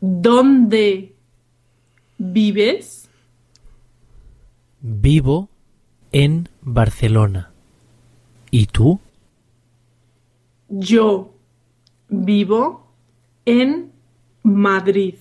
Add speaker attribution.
Speaker 1: ¿Dónde vives?
Speaker 2: Vivo en Barcelona. ¿Y tú?
Speaker 1: Yo vivo en Madrid.